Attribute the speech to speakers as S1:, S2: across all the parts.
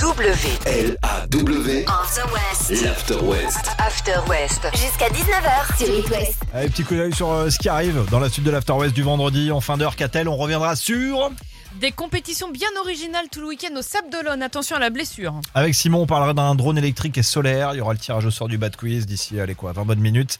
S1: W.
S2: L-A-W,
S3: After West.
S2: l'After West.
S1: After West.
S3: Jusqu'à 19h sur It West.
S4: Allez, petit coup d'œil sur euh, ce qui arrive dans la suite de l'After West du vendredi. En fin d'heure, Catel, on reviendra sur.
S5: Des compétitions bien originales tout le week-end au Sable d'Olonne. Attention à la blessure. hein.
S4: Avec Simon, on parlera d'un drone électrique et solaire. Il y aura le tirage au sort du bas de quiz d'ici, allez quoi, 20 bonnes minutes.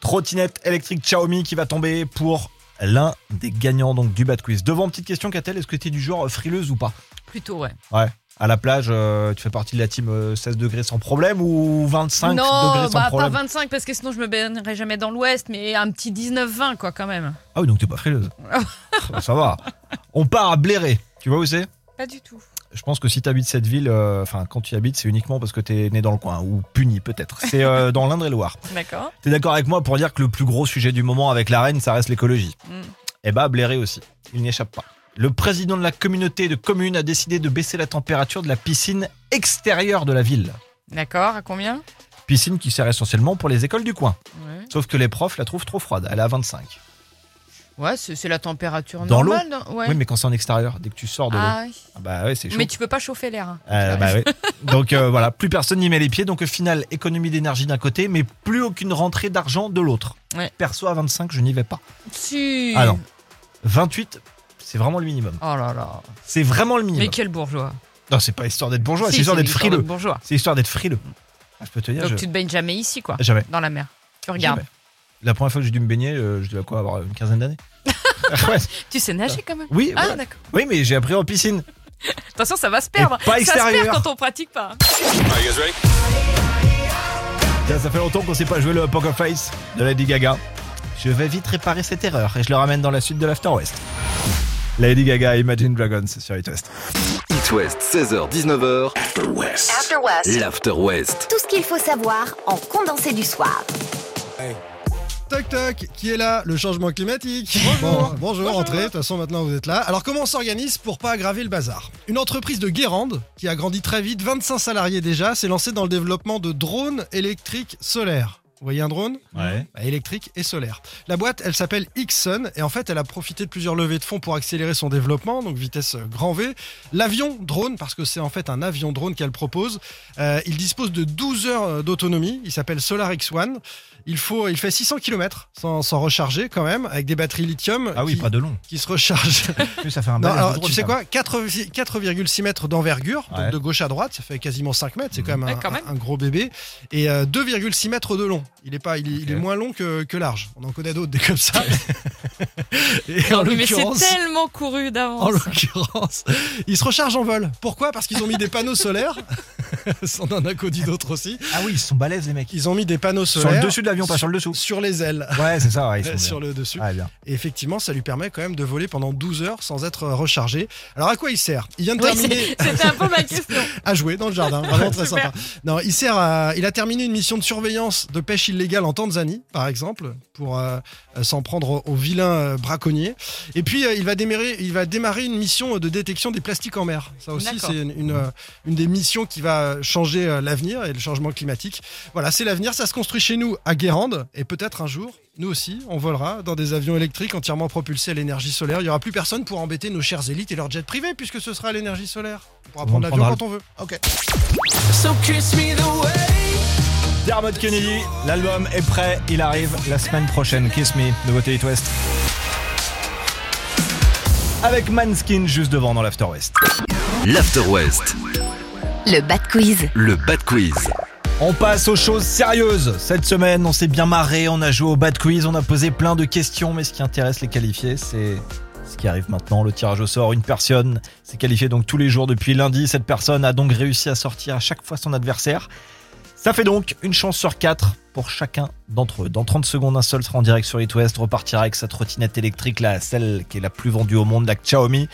S4: Trottinette électrique Xiaomi qui va tomber pour l'un des gagnants donc du bas de quiz. Devant, petite question, Catel, est-ce que tu es du genre frileuse ou pas
S5: Plutôt, ouais.
S4: Ouais. À la plage, euh, tu fais partie de la team euh, 16 degrés sans problème ou 25
S5: non,
S4: degrés sans
S5: bah, pas
S4: problème
S5: 25 parce que sinon je me baignerai jamais dans l'Ouest, mais un petit 19-20 quoi quand même.
S4: Ah oui, donc t'es pas frileuse. Ça va. On part à Bléré. Tu vois où c'est
S5: Pas du tout.
S4: Je pense que si tu habites cette ville, euh, enfin quand tu y habites, c'est uniquement parce que tu es né dans le coin ou puni peut-être. C'est euh, dans l'Indre-et-Loire.
S5: D'accord.
S4: T'es d'accord avec moi pour dire que le plus gros sujet du moment avec la reine, ça reste l'écologie.
S5: Mm.
S4: Eh bah Bléré aussi, il n'y échappe pas. Le président de la communauté de communes a décidé de baisser la température de la piscine extérieure de la ville.
S5: D'accord, à combien
S4: Piscine qui sert essentiellement pour les écoles du coin.
S5: Ouais,
S4: Sauf que les profs la trouvent trop froide, elle est à 25.
S5: Ouais, c'est c'est la température
S4: Dans l'eau
S5: normale. non Ouais.
S4: Oui, mais quand c'est en extérieur, dès que tu sors de l'eau.
S5: ah, oui.
S4: Ah Bah ouais, c'est chaud.
S5: mais tu peux pas chauffer l'air. hein.
S4: Euh, bah ouais. Donc euh, voilà, plus personne n'y met les pieds. Donc au final, économie d'énergie d'un côté, mais plus aucune rentrée d'argent de l'autre.
S5: Ouais.
S4: Perso à 25, je n'y vais pas.
S5: Si.
S4: Ah non. 28, c'est vraiment le minimum.
S5: Oh là là.
S4: C'est vraiment le minimum.
S5: Mais quel bourgeois.
S4: Non, c'est pas histoire d'être bourgeois,
S5: Si,
S4: c'est histoire
S5: c'est
S4: d'être
S5: l'histoire d'être
S4: frileux.
S5: Bourgeois.
S4: C'est histoire d'être frileux. Ah, je peux te dire,
S5: Donc
S4: je...
S5: tu te baignes jamais ici quoi,
S4: jamais.
S5: dans la mer. Tu regardes.
S4: Jamais. La première fois que j'ai dû me baigner, euh, je devais quoi avoir une quinzaine d'années. Ouais.
S5: Tu sais nager quand même.
S4: Oui,
S5: Ah
S4: voilà.
S5: d'accord.
S4: oui, mais j'ai appris en piscine.
S5: De toute façon, ça va se perdre.
S4: Et pas
S5: ça se perd
S4: extérieur.
S5: quand on pratique pas.
S4: Tiens, ça fait longtemps qu'on sait pas jouer le Poker Face de Lady Gaga. Je vais vite réparer cette erreur et je le ramène dans la suite de l'After West. Lady Gaga, Imagine Dragons sur It West.
S2: It West, 16h-19h. After West.
S1: After West.
S2: L'After West.
S3: Tout ce qu'il faut savoir en condensé du soir.
S6: Toc toc, qui est là Le changement climatique. Bon, bonjour, entrez. De toute façon, maintenant vous êtes là. Alors, comment on s'organise pour pas aggraver le bazar Une entreprise de Guérande, qui a grandi très vite, 25 salariés déjà, s'est lancée dans le développement de drones électriques solaires. Vous voyez un drone
S4: Ouais.
S6: Bah, électrique et solaire. La boîte, elle s'appelle Ixon et en fait, elle a profité de plusieurs levées de fonds pour accélérer son développement, donc vitesse euh, grand V. L'avion drone, parce que c'est en fait un avion drone qu'elle propose, euh, il dispose de 12 heures euh, d'autonomie, il s'appelle Solar X1. Il, faut, il fait 600 km sans, sans recharger quand même, avec des batteries lithium
S4: Ah oui,
S6: qui,
S4: pas de long.
S6: qui se rechargent.
S4: Plus ça fait un
S6: Non,
S4: bel air de
S6: alors,
S4: drone,
S6: tu sais
S4: ça.
S6: quoi 4,6 4,6 mètres d'envergure, donc
S4: Ouais.
S6: de gauche à droite, ça fait quasiment 5 mètres, c'est quand même,
S5: Ouais,
S6: un,
S5: quand même.
S6: un gros bébé. Et euh, 2,6 mètres de long. Il est, pas, il, est- il est
S4: Ok.
S6: moins long que, que large. On en connaît d'autres des comme ça. Et en
S5: Oui, mais c'est
S6: l'occurrence.
S5: tellement couru
S6: En
S5: d'avance.
S6: l'occurrence, ils se rechargent en vol. Pourquoi Parce qu'ils ont mis des panneaux solaires. On en a connu d'autres aussi.
S4: Ah oui, ils sont balèzes les mecs.
S6: Ils ont mis des panneaux
S4: Sur
S6: solaires
S4: le dessus de l'avion, pas sur le dessous.
S6: sur les ailes,
S4: Ouais, c'est ça, ouais, ils sont bien.
S6: sur le dessus.
S4: Ah, bien.
S6: Et effectivement, ça lui permet quand même de voler pendant 12 heures sans être euh, rechargé. Alors à quoi il sert Il vient de
S5: Oui,
S6: terminer.
S5: c'est- c'était un peu ma question.
S6: à jouer dans le jardin. Vraiment très
S5: Super.
S6: sympa. Non, il sert à- il a terminé une mission de surveillance de pêche illégale en Tanzanie, par exemple, pour euh, euh, s'en prendre aux, aux vilains euh, braconniers. Et puis, euh, il va démarrer, il va démarrer une mission de détection des plastiques en mer. Ça aussi,
S5: D'accord.
S6: c'est une, une, euh, une des missions qui va changer euh, l'avenir et le changement climatique. Voilà, c'est l'avenir. Ça se construit chez nous à Guérande et peut-être un jour. Nous aussi, on volera dans des avions électriques entièrement propulsés à l'énergie solaire. Il n'y aura plus personne pour embêter nos chères élites et leurs jets privés, puisque ce sera à l'énergie solaire. On pourra
S4: On
S6: prendre l'avion
S4: prendra le-
S6: quand on veut. Ok.
S4: Dermot Kennedy, l'album est prêt, il arrive la semaine prochaine. Kiss Me de Voté It West. Avec Manskin juste devant dans l'After West.
S2: L'After West.
S3: Le Bad Quiz.
S2: Le Bad Quiz.
S4: On passe aux choses sérieuses. Cette semaine, on s'est bien marré, on a joué au bad quiz, on a posé plein de questions, mais ce qui intéresse les qualifiés, c'est ce qui arrive maintenant, le tirage au sort. Une personne s'est qualifiée donc tous les jours depuis lundi. Cette personne a donc réussi à sortir à chaque fois son adversaire. Ça fait donc une chance sur quatre pour chacun d'entre eux. Dans 30 secondes, un seul sera en direct sur It West, repartira avec sa trottinette électrique, là, celle qui est la plus vendue au monde, la Xiaomi.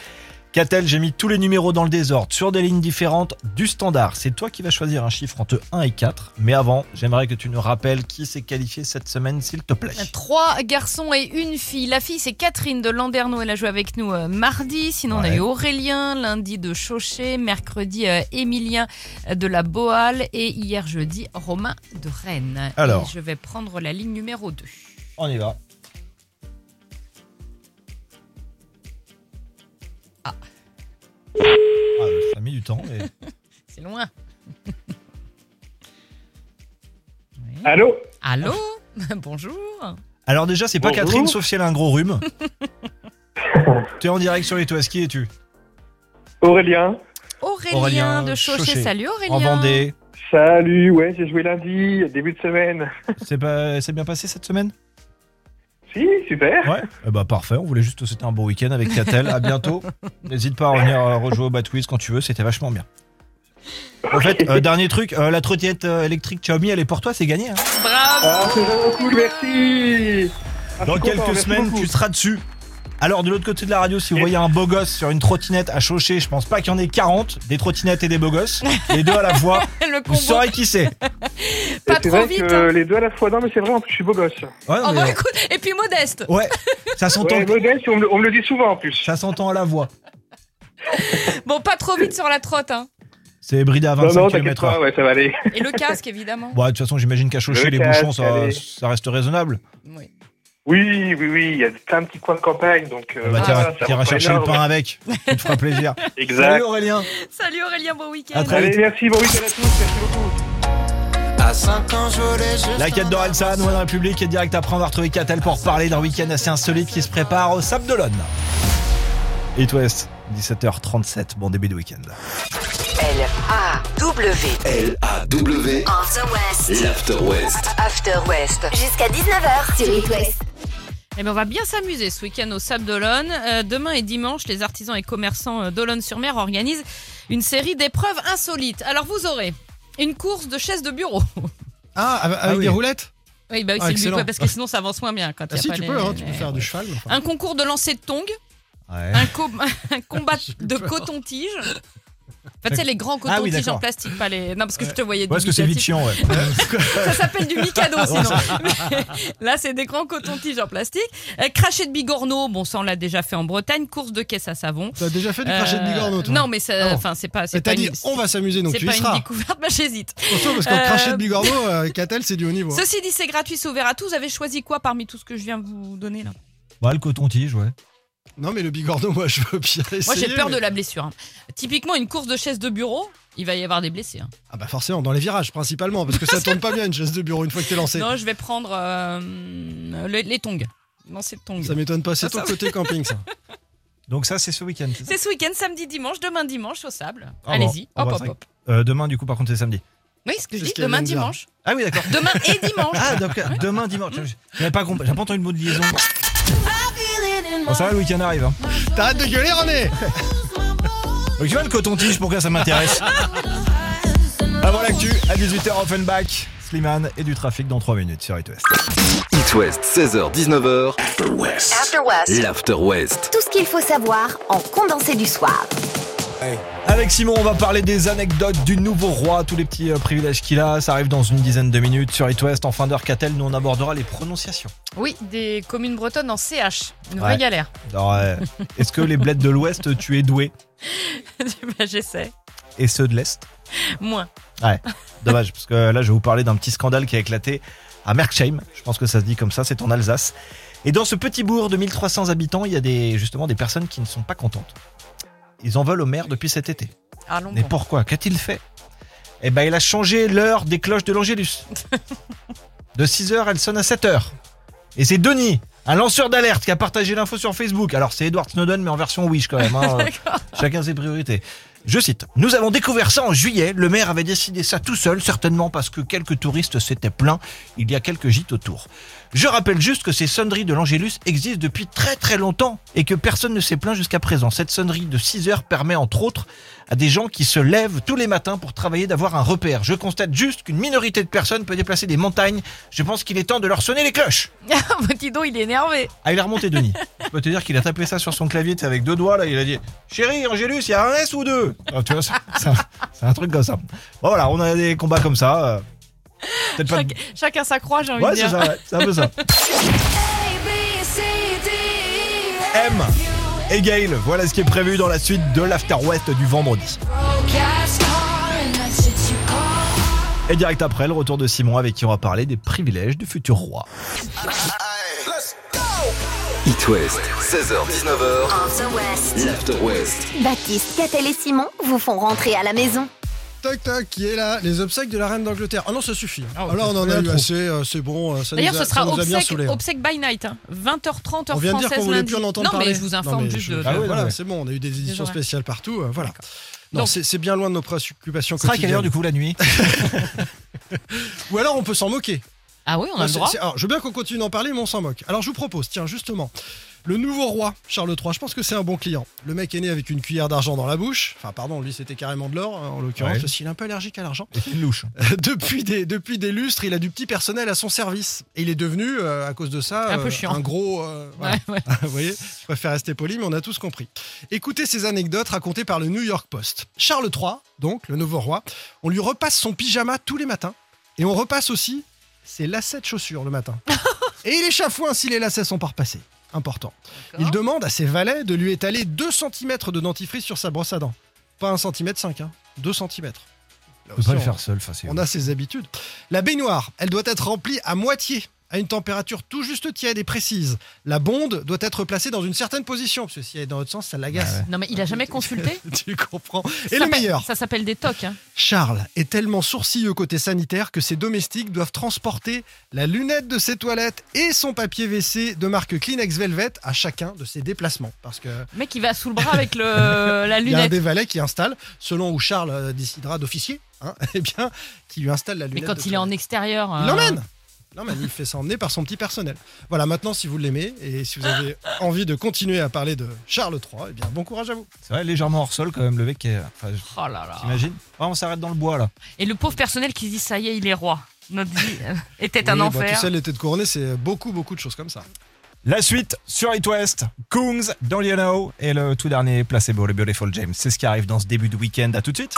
S4: Catel, j'ai mis tous les numéros dans le désordre, sur des lignes différentes du standard. C'est toi qui vas choisir un chiffre entre 1 et 4. Mais avant, j'aimerais que tu nous rappelles qui s'est qualifié cette semaine, s'il te plaît.
S5: Trois garçons et une fille. La fille, c'est Catherine de Landerneau. Elle a joué avec nous euh, mardi. Sinon, on a
S4: Ouais.
S5: eu Aurélien, lundi de Chauchet, mercredi, euh, Émilien euh, de la Boale et hier jeudi, Romain de Rennes.
S4: Alors.
S5: Et je vais prendre la ligne numéro 2.
S4: On y va. euh, Ah. ça a mis du temps, mais
S5: C'est loin. Oui.
S1: Allô
S5: Allô Bonjour.
S4: Alors déjà, c'est pas
S1: Bonjour.
S4: Catherine, sauf si elle a un gros rhume. tu es en direct sur les toits qui es-tu
S1: Aurélien
S5: Aurélien,
S4: Aurélien
S5: de Chauché.
S4: Chauchet.
S5: Salut Aurélien.
S4: En Vendée.
S1: Salut, ouais, j'ai joué lundi, début de semaine.
S4: C'est pas- c'est bien passé cette semaine
S1: Si, super.
S4: Ouais. Eh bah parfait, on voulait juste te souhaiter un bon week-end avec Catel. À bientôt. N'hésite pas à revenir euh, rejouer au Batwiz quand tu veux, c'était vachement bien. En fait, euh, dernier truc, euh, la trottinette euh, électrique Xiaomi, elle est pour toi, c'est gagné. hein.
S5: Bravo.
S1: Ah, c'est vraiment cool, merci. Ah,
S4: Dans
S1: je suis
S4: quelques
S1: content, merci
S4: semaines,
S1: beaucoup.
S4: tu seras dessus. Alors, de l'autre côté de la radio, si vous
S1: Et-
S4: voyez un beau gosse sur une trottinette à chaucher, je pense pas qu'il y en ait 40, des trottinettes et des beaux gosses, les deux à la fois,
S5: Le
S4: vous
S5: combo.
S4: saurez qui c'est.
S5: Pas
S1: Et c'est
S5: trop
S1: vrai
S5: vite,
S1: que
S5: hein.
S1: les deux à la fois, non, mais c'est vrai, en plus, je suis beau gosse.
S4: Ouais,
S5: Oh,
S4: mais-
S5: bon, écoute, et puis modeste.
S4: ouais, ça s'entend
S1: Ouais, beau gosse, on me, le- on me le dit souvent en plus.
S4: ça s'entend à la voix.
S5: Bon, pas trop vite sur la trotte. hein.
S4: C'est bridé à
S1: Non,
S4: 25
S1: non, t'inquiète
S4: km/h.
S1: pas, ouais, ça va aller.
S5: Et le casque, évidemment.
S4: Bon, Bah, de toute façon, j'imagine qu'à chaucher,
S1: Le
S4: les
S1: casque,
S4: bouchons, ça,
S1: allez.
S4: ça reste raisonnable.
S5: Oui.
S1: Oui, oui, oui, il y a plein de petits coins de campagne, donc. euh,
S4: Bah,
S1: voilà,
S4: tiens,
S1: ça
S4: t'iras
S1: rend pas
S4: chercher
S1: énorme.
S4: le pain avec. Tu te feras plaisir. Salut
S1: Exact.
S4: Aurélien.
S5: Salut Aurélien, bon
S4: À
S5: week-end.
S4: très
S1: Allez, merci, bon week-end à tous, merci beaucoup.
S7: À 5 ans, je voulais juste.
S4: La quête d'Orelsan, One République, et direct après, on va retrouver Catel pour parler d'un week-end assez insolite qui se prépare au Sable d'Olonne. It West, 17h37, bon début de week-end.
S8: L-A-W.
S2: L-A-W,
S3: After West.
S2: l'After West.
S8: After West.
S3: Jusqu'à 19h sur It West.
S5: Eh ben, on va bien s'amuser ce week-end au Sable d'Olonne. Euh, demain et dimanche, les artisans et commerçants euh, d'Olonne-sur-Mer organisent une série d'épreuves insolites. Alors vous aurez une course de chaises de bureau.
S6: Ah, avec
S4: Ah oui.
S6: des roulettes
S5: Oui, bah oui,
S6: Ah,
S5: c'est le but,
S6: excellent.
S5: ouais, parce que sinon ça avance moins bien quand il
S6: Ah
S5: y a
S6: si,
S5: pas
S6: tu
S5: les- Ah.
S6: peux, hein, tu peux
S5: les-
S6: faire du cheval. enfin.
S5: Un concours de lancer de tong,
S4: Ouais.
S5: un, co- un combat
S6: J'ai eu
S5: de
S6: peur.
S5: coton-tige. En fait, tu sais, les grands
S4: Ah oui,
S5: cotons-tiges en
S4: d'accord.
S5: plastique, pas les. Non, parce que je te voyais.
S4: Ouais, parce que c'est vite
S5: dubitatif.
S4: chiant, ouais.
S5: Ça s'appelle du Mikado
S6: Ah,
S5: sinon. Mais là, c'est des grands cotons-tiges en plastique. Euh, cracher de bigorneau, bon, ça on l'a déjà fait en Bretagne. Course de caisse à savon.
S6: T'as déjà fait du
S5: Euh,
S6: crachet de bigorneau, toi
S5: Non, mais ça-
S6: Ah bon.
S5: enfin, c'est pas.
S6: Mais
S5: C'est
S6: t'as
S5: pas
S6: dit,
S5: une-
S6: on va s'amuser, donc
S5: c'est
S6: tu
S5: pas
S6: y
S5: une
S6: seras.
S5: découverte, bah, j'hésite.
S6: Attention, parce qu'en
S5: Euh,
S6: crachet de bigorneau, euh, Catel, c'est du haut niveau.
S5: Ceci dit, c'est gratuit, c'est ouvert à tous. Vous avez choisi quoi parmi tout ce que je viens vous donner là
S4: Ouais, Bah, le coton-tige, ouais.
S6: Non, mais le bigorneau, moi, je veux bien essayer.
S5: Moi, j'ai peur
S6: mais-
S5: de la blessure. hein. Typiquement, une course de chaise de bureau, il va y avoir des blessés. hein.
S6: Ah bah forcément, dans les virages principalement, parce que ça tourne pas bien une chaise de bureau une fois que t'es lancé.
S5: Non, je vais prendre euh, les, les tongs. Non, c'est tongs.
S6: Ça m'étonne pas, c'est ton côté camping ça.
S4: Donc ça, c'est ce week-end. c'est ça
S5: C'est ce week-end, samedi, dimanche, demain, dimanche au sable.
S4: Ah
S5: Allez-y,
S4: bon, on
S5: hop,
S4: va
S5: hop,
S4: faire-
S5: hop.
S4: Euh, demain, du coup, par contre, c'est samedi.
S5: Oui, ce que je
S6: C'est
S5: dis,
S6: ce qu'elle
S5: demain,
S6: vient de dire.
S5: dimanche.
S4: Ah oui, d'accord.
S5: Demain et dimanche.
S4: Ah, donc, demain, dimanche. J'avais pas compris, j'avais pas entendu le mot de liaison. Bon, ça va, le week-end arrive. Hein.
S6: T'arrêtes de gueuler, René
S4: Donc tu vois le coton-tige, pourquoi ça m'intéresse Avant l'actu, à 18h, Offenbach, Slimane et du trafic dans 3 minutes sur It West.
S2: It West, 16h-19h,
S8: After West.
S2: l'After West.
S3: Tout ce qu'il faut savoir en condensé du soir.
S4: Avec Simon, on va parler des anecdotes du nouveau roi, tous les petits euh, privilèges qu'il a. Ça arrive dans une dizaine de minutes sur It West. En fin d'heure, Catel, nous on abordera les prononciations.
S5: Oui, des communes bretonnes en CH. Une
S4: vraie Ouais.
S5: galère.
S4: Alors, euh, est-ce que les bleds de l'Ouest, tu es doué
S5: J'essaie.
S4: Et ceux de l'Est
S5: Moins.
S4: Dommage, parce que là, je vais vous parler d'un petit scandale qui a éclaté à Merksheim. Je pense que ça se dit comme ça, c'est en Alsace. Et dans ce petit bourg de 1300 habitants, il y a des, justement des personnes qui ne sont pas contentes. Ils en veulent au maire depuis cet été.
S5: Allons.
S4: Mais pourquoi Qu'a-t-il fait Eh ben, il a changé l'heure des cloches de l'Angélus. De 6h, elle sonne à 7h. Et c'est Denis, un lanceur d'alerte, qui a partagé l'info sur Facebook. Alors, c'est Edward Snowden, mais en version Wish quand même. hein. Chacun ses priorités. Je cite Nous avons découvert ça en juillet. Le maire avait décidé ça tout seul, certainement parce que quelques touristes s'étaient plaints. Il y a quelques gîtes autour. Je rappelle juste que ces sonneries de l'Angélus existent depuis très très longtemps et que personne ne s'est plaint jusqu'à présent. Cette sonnerie de 6 heures permet entre autres à des gens qui se lèvent tous les matins pour travailler d'avoir un repère. Je constate juste qu'une minorité de personnes peut déplacer des montagnes. Je pense qu'il est temps de leur sonner les cloches.
S5: Petit don, il est énervé.
S4: Ah, il a remonté Denis. Je peux te dire qu'il a tapé ça sur son clavier, tu sais, avec deux doigts, là. Il a dit Chérie, Angélus, il y a un S ou deux Ah, Tu vois, ça- ça- c'est un truc comme ça. Bon, voilà, on a des combats comme ça. euh, Peut-être pas. de-
S5: Chacun sa croix, j'ai envie
S4: Ouais,
S5: de
S4: c'est
S5: dire.
S4: ça, ouais, c'est un peu ça. M et Gail, voilà ce qui est prévu dans la suite de l'After West du vendredi. Et direct après, le retour de Simon avec qui on va parler des privilèges du futur roi.
S2: It West, 16h-19h,
S3: After West.
S2: l'After West.
S3: Baptiste, Catel et Simon vous font rentrer à la maison.
S6: Toc toc, qui est là Les obsèques de la reine d'Angleterre. Ah non, ça suffit.
S5: Ah,
S6: Alors on en a
S4: on a
S6: eu
S4: trop.
S6: assez, euh, c'est bon. euh, Ça
S5: D'ailleurs,
S6: nous a,
S5: ce sera
S6: ça nous a bien
S5: obsèque,
S6: saoulés. hein.
S5: obsèque by night, hein. 20h30 heure
S6: On vient de dire qu'on
S5: française
S6: voulait
S5: lundi.
S6: plus en entendre
S5: non,
S6: parler.
S5: mais je vous informe
S6: Non, mais
S5: juste
S6: je-
S5: de.
S4: Ah
S5: de-
S4: oui, non,
S6: Voilà,
S4: mais-
S6: c'est bon, on a eu des éditions
S5: horaires.
S6: spéciales partout. euh, voilà.
S5: D'accord.
S6: Non,
S5: Donc-
S6: c'est c'est bien loin de nos préoccupations
S4: Ce sera à quelle heure du
S6: quotidiennes.
S4: coup la nuit
S6: Ou alors on peut s'en moquer.
S5: Ah oui, on a
S6: Non,
S5: le
S6: c'est-
S5: droit.
S6: c'est- alors, je veux bien qu'on continue d'en parler, mais on s'en moque. Alors, je vous propose, tiens, justement, le nouveau roi, Charles III, je pense que c'est un bon client. Le mec est né avec une cuillère d'argent dans la bouche. Enfin, pardon, lui, c'était carrément de l'or, hein, en l'occurrence,
S4: Ouais.
S6: parce qu'il est un peu allergique à l'argent.
S4: Une louche.
S6: depuis, des, depuis des lustres, il a du petit personnel à son service. Et il est devenu, euh, à cause de ça,
S5: Un peu chiant.
S6: gros. euh, voilà.
S5: Ouais, ouais.
S6: Vous voyez, je préfère rester poli, mais on a tous compris. Écoutez ces anecdotes racontées par le New York Post. Charles III, donc le nouveau roi, on lui repasse son pyjama tous les matins et on repasse aussi ses lacets de chaussures le matin. et il échafouin si les lacets sont pas repassés. Important. Il demande à ses valets de lui étaler 2 cm de dentifrice sur sa brosse à dents. Pas 1 cm 5, hein. 2 cm.
S4: On peut pas le faire seul, enfin, c'est-
S6: On a ses habitudes. La baignoire, elle doit être remplie à moitié, à une température tout juste tiède et précise. La bonde doit être placée dans une certaine position, parce que si elle est dans l'autre sens, ça l'agace.
S5: Non, mais il a jamais consulté.
S6: tu comprends.
S5: Ça
S6: Et le
S5: s'appelle-
S6: meilleur,
S5: Ça s'appelle des tocs. hein.
S6: Charles est tellement sourcilleux côté sanitaire que ses domestiques doivent transporter la lunette de ses toilettes et son papier WC de marque Kleenex Velvet à chacun de ses déplacements. Parce que
S5: Le mec, il va sous le bras avec le, la
S6: il y a un
S5: lunette.
S6: des valets qui installe, selon où Charles euh, décidera d'officier, hein, eh bien, qui lui installe la
S5: Mais
S6: lunette. de
S5: quand il est en
S6: toilette.
S5: extérieur.
S6: Il
S5: euh,
S6: l'emmène Non, mais il fait s'emmener par son petit personnel. Voilà, maintenant, si vous l'aimez et si vous avez
S5: Ah.
S6: envie de continuer à parler de Charles III, eh bien, bon courage à vous.
S4: C'est vrai, légèrement hors sol quand même, le mec. Est... Enfin, je-
S5: Oh là là.
S4: T'imagines Ah, On s'arrête dans le bois là.
S5: Et le pauvre personnel qui se dit ça y est, il est roi. Notre vie euh, était
S6: Oui,
S5: un
S6: bah,
S5: enfer.
S6: tu sais, l'été de couronné, c'est beaucoup, beaucoup de choses comme ça.
S4: La suite sur It West, Kungs, Don't You Know, et le tout dernier placebo, le Beautiful James. C'est ce qui arrive dans ce début de week-end. À tout de suite.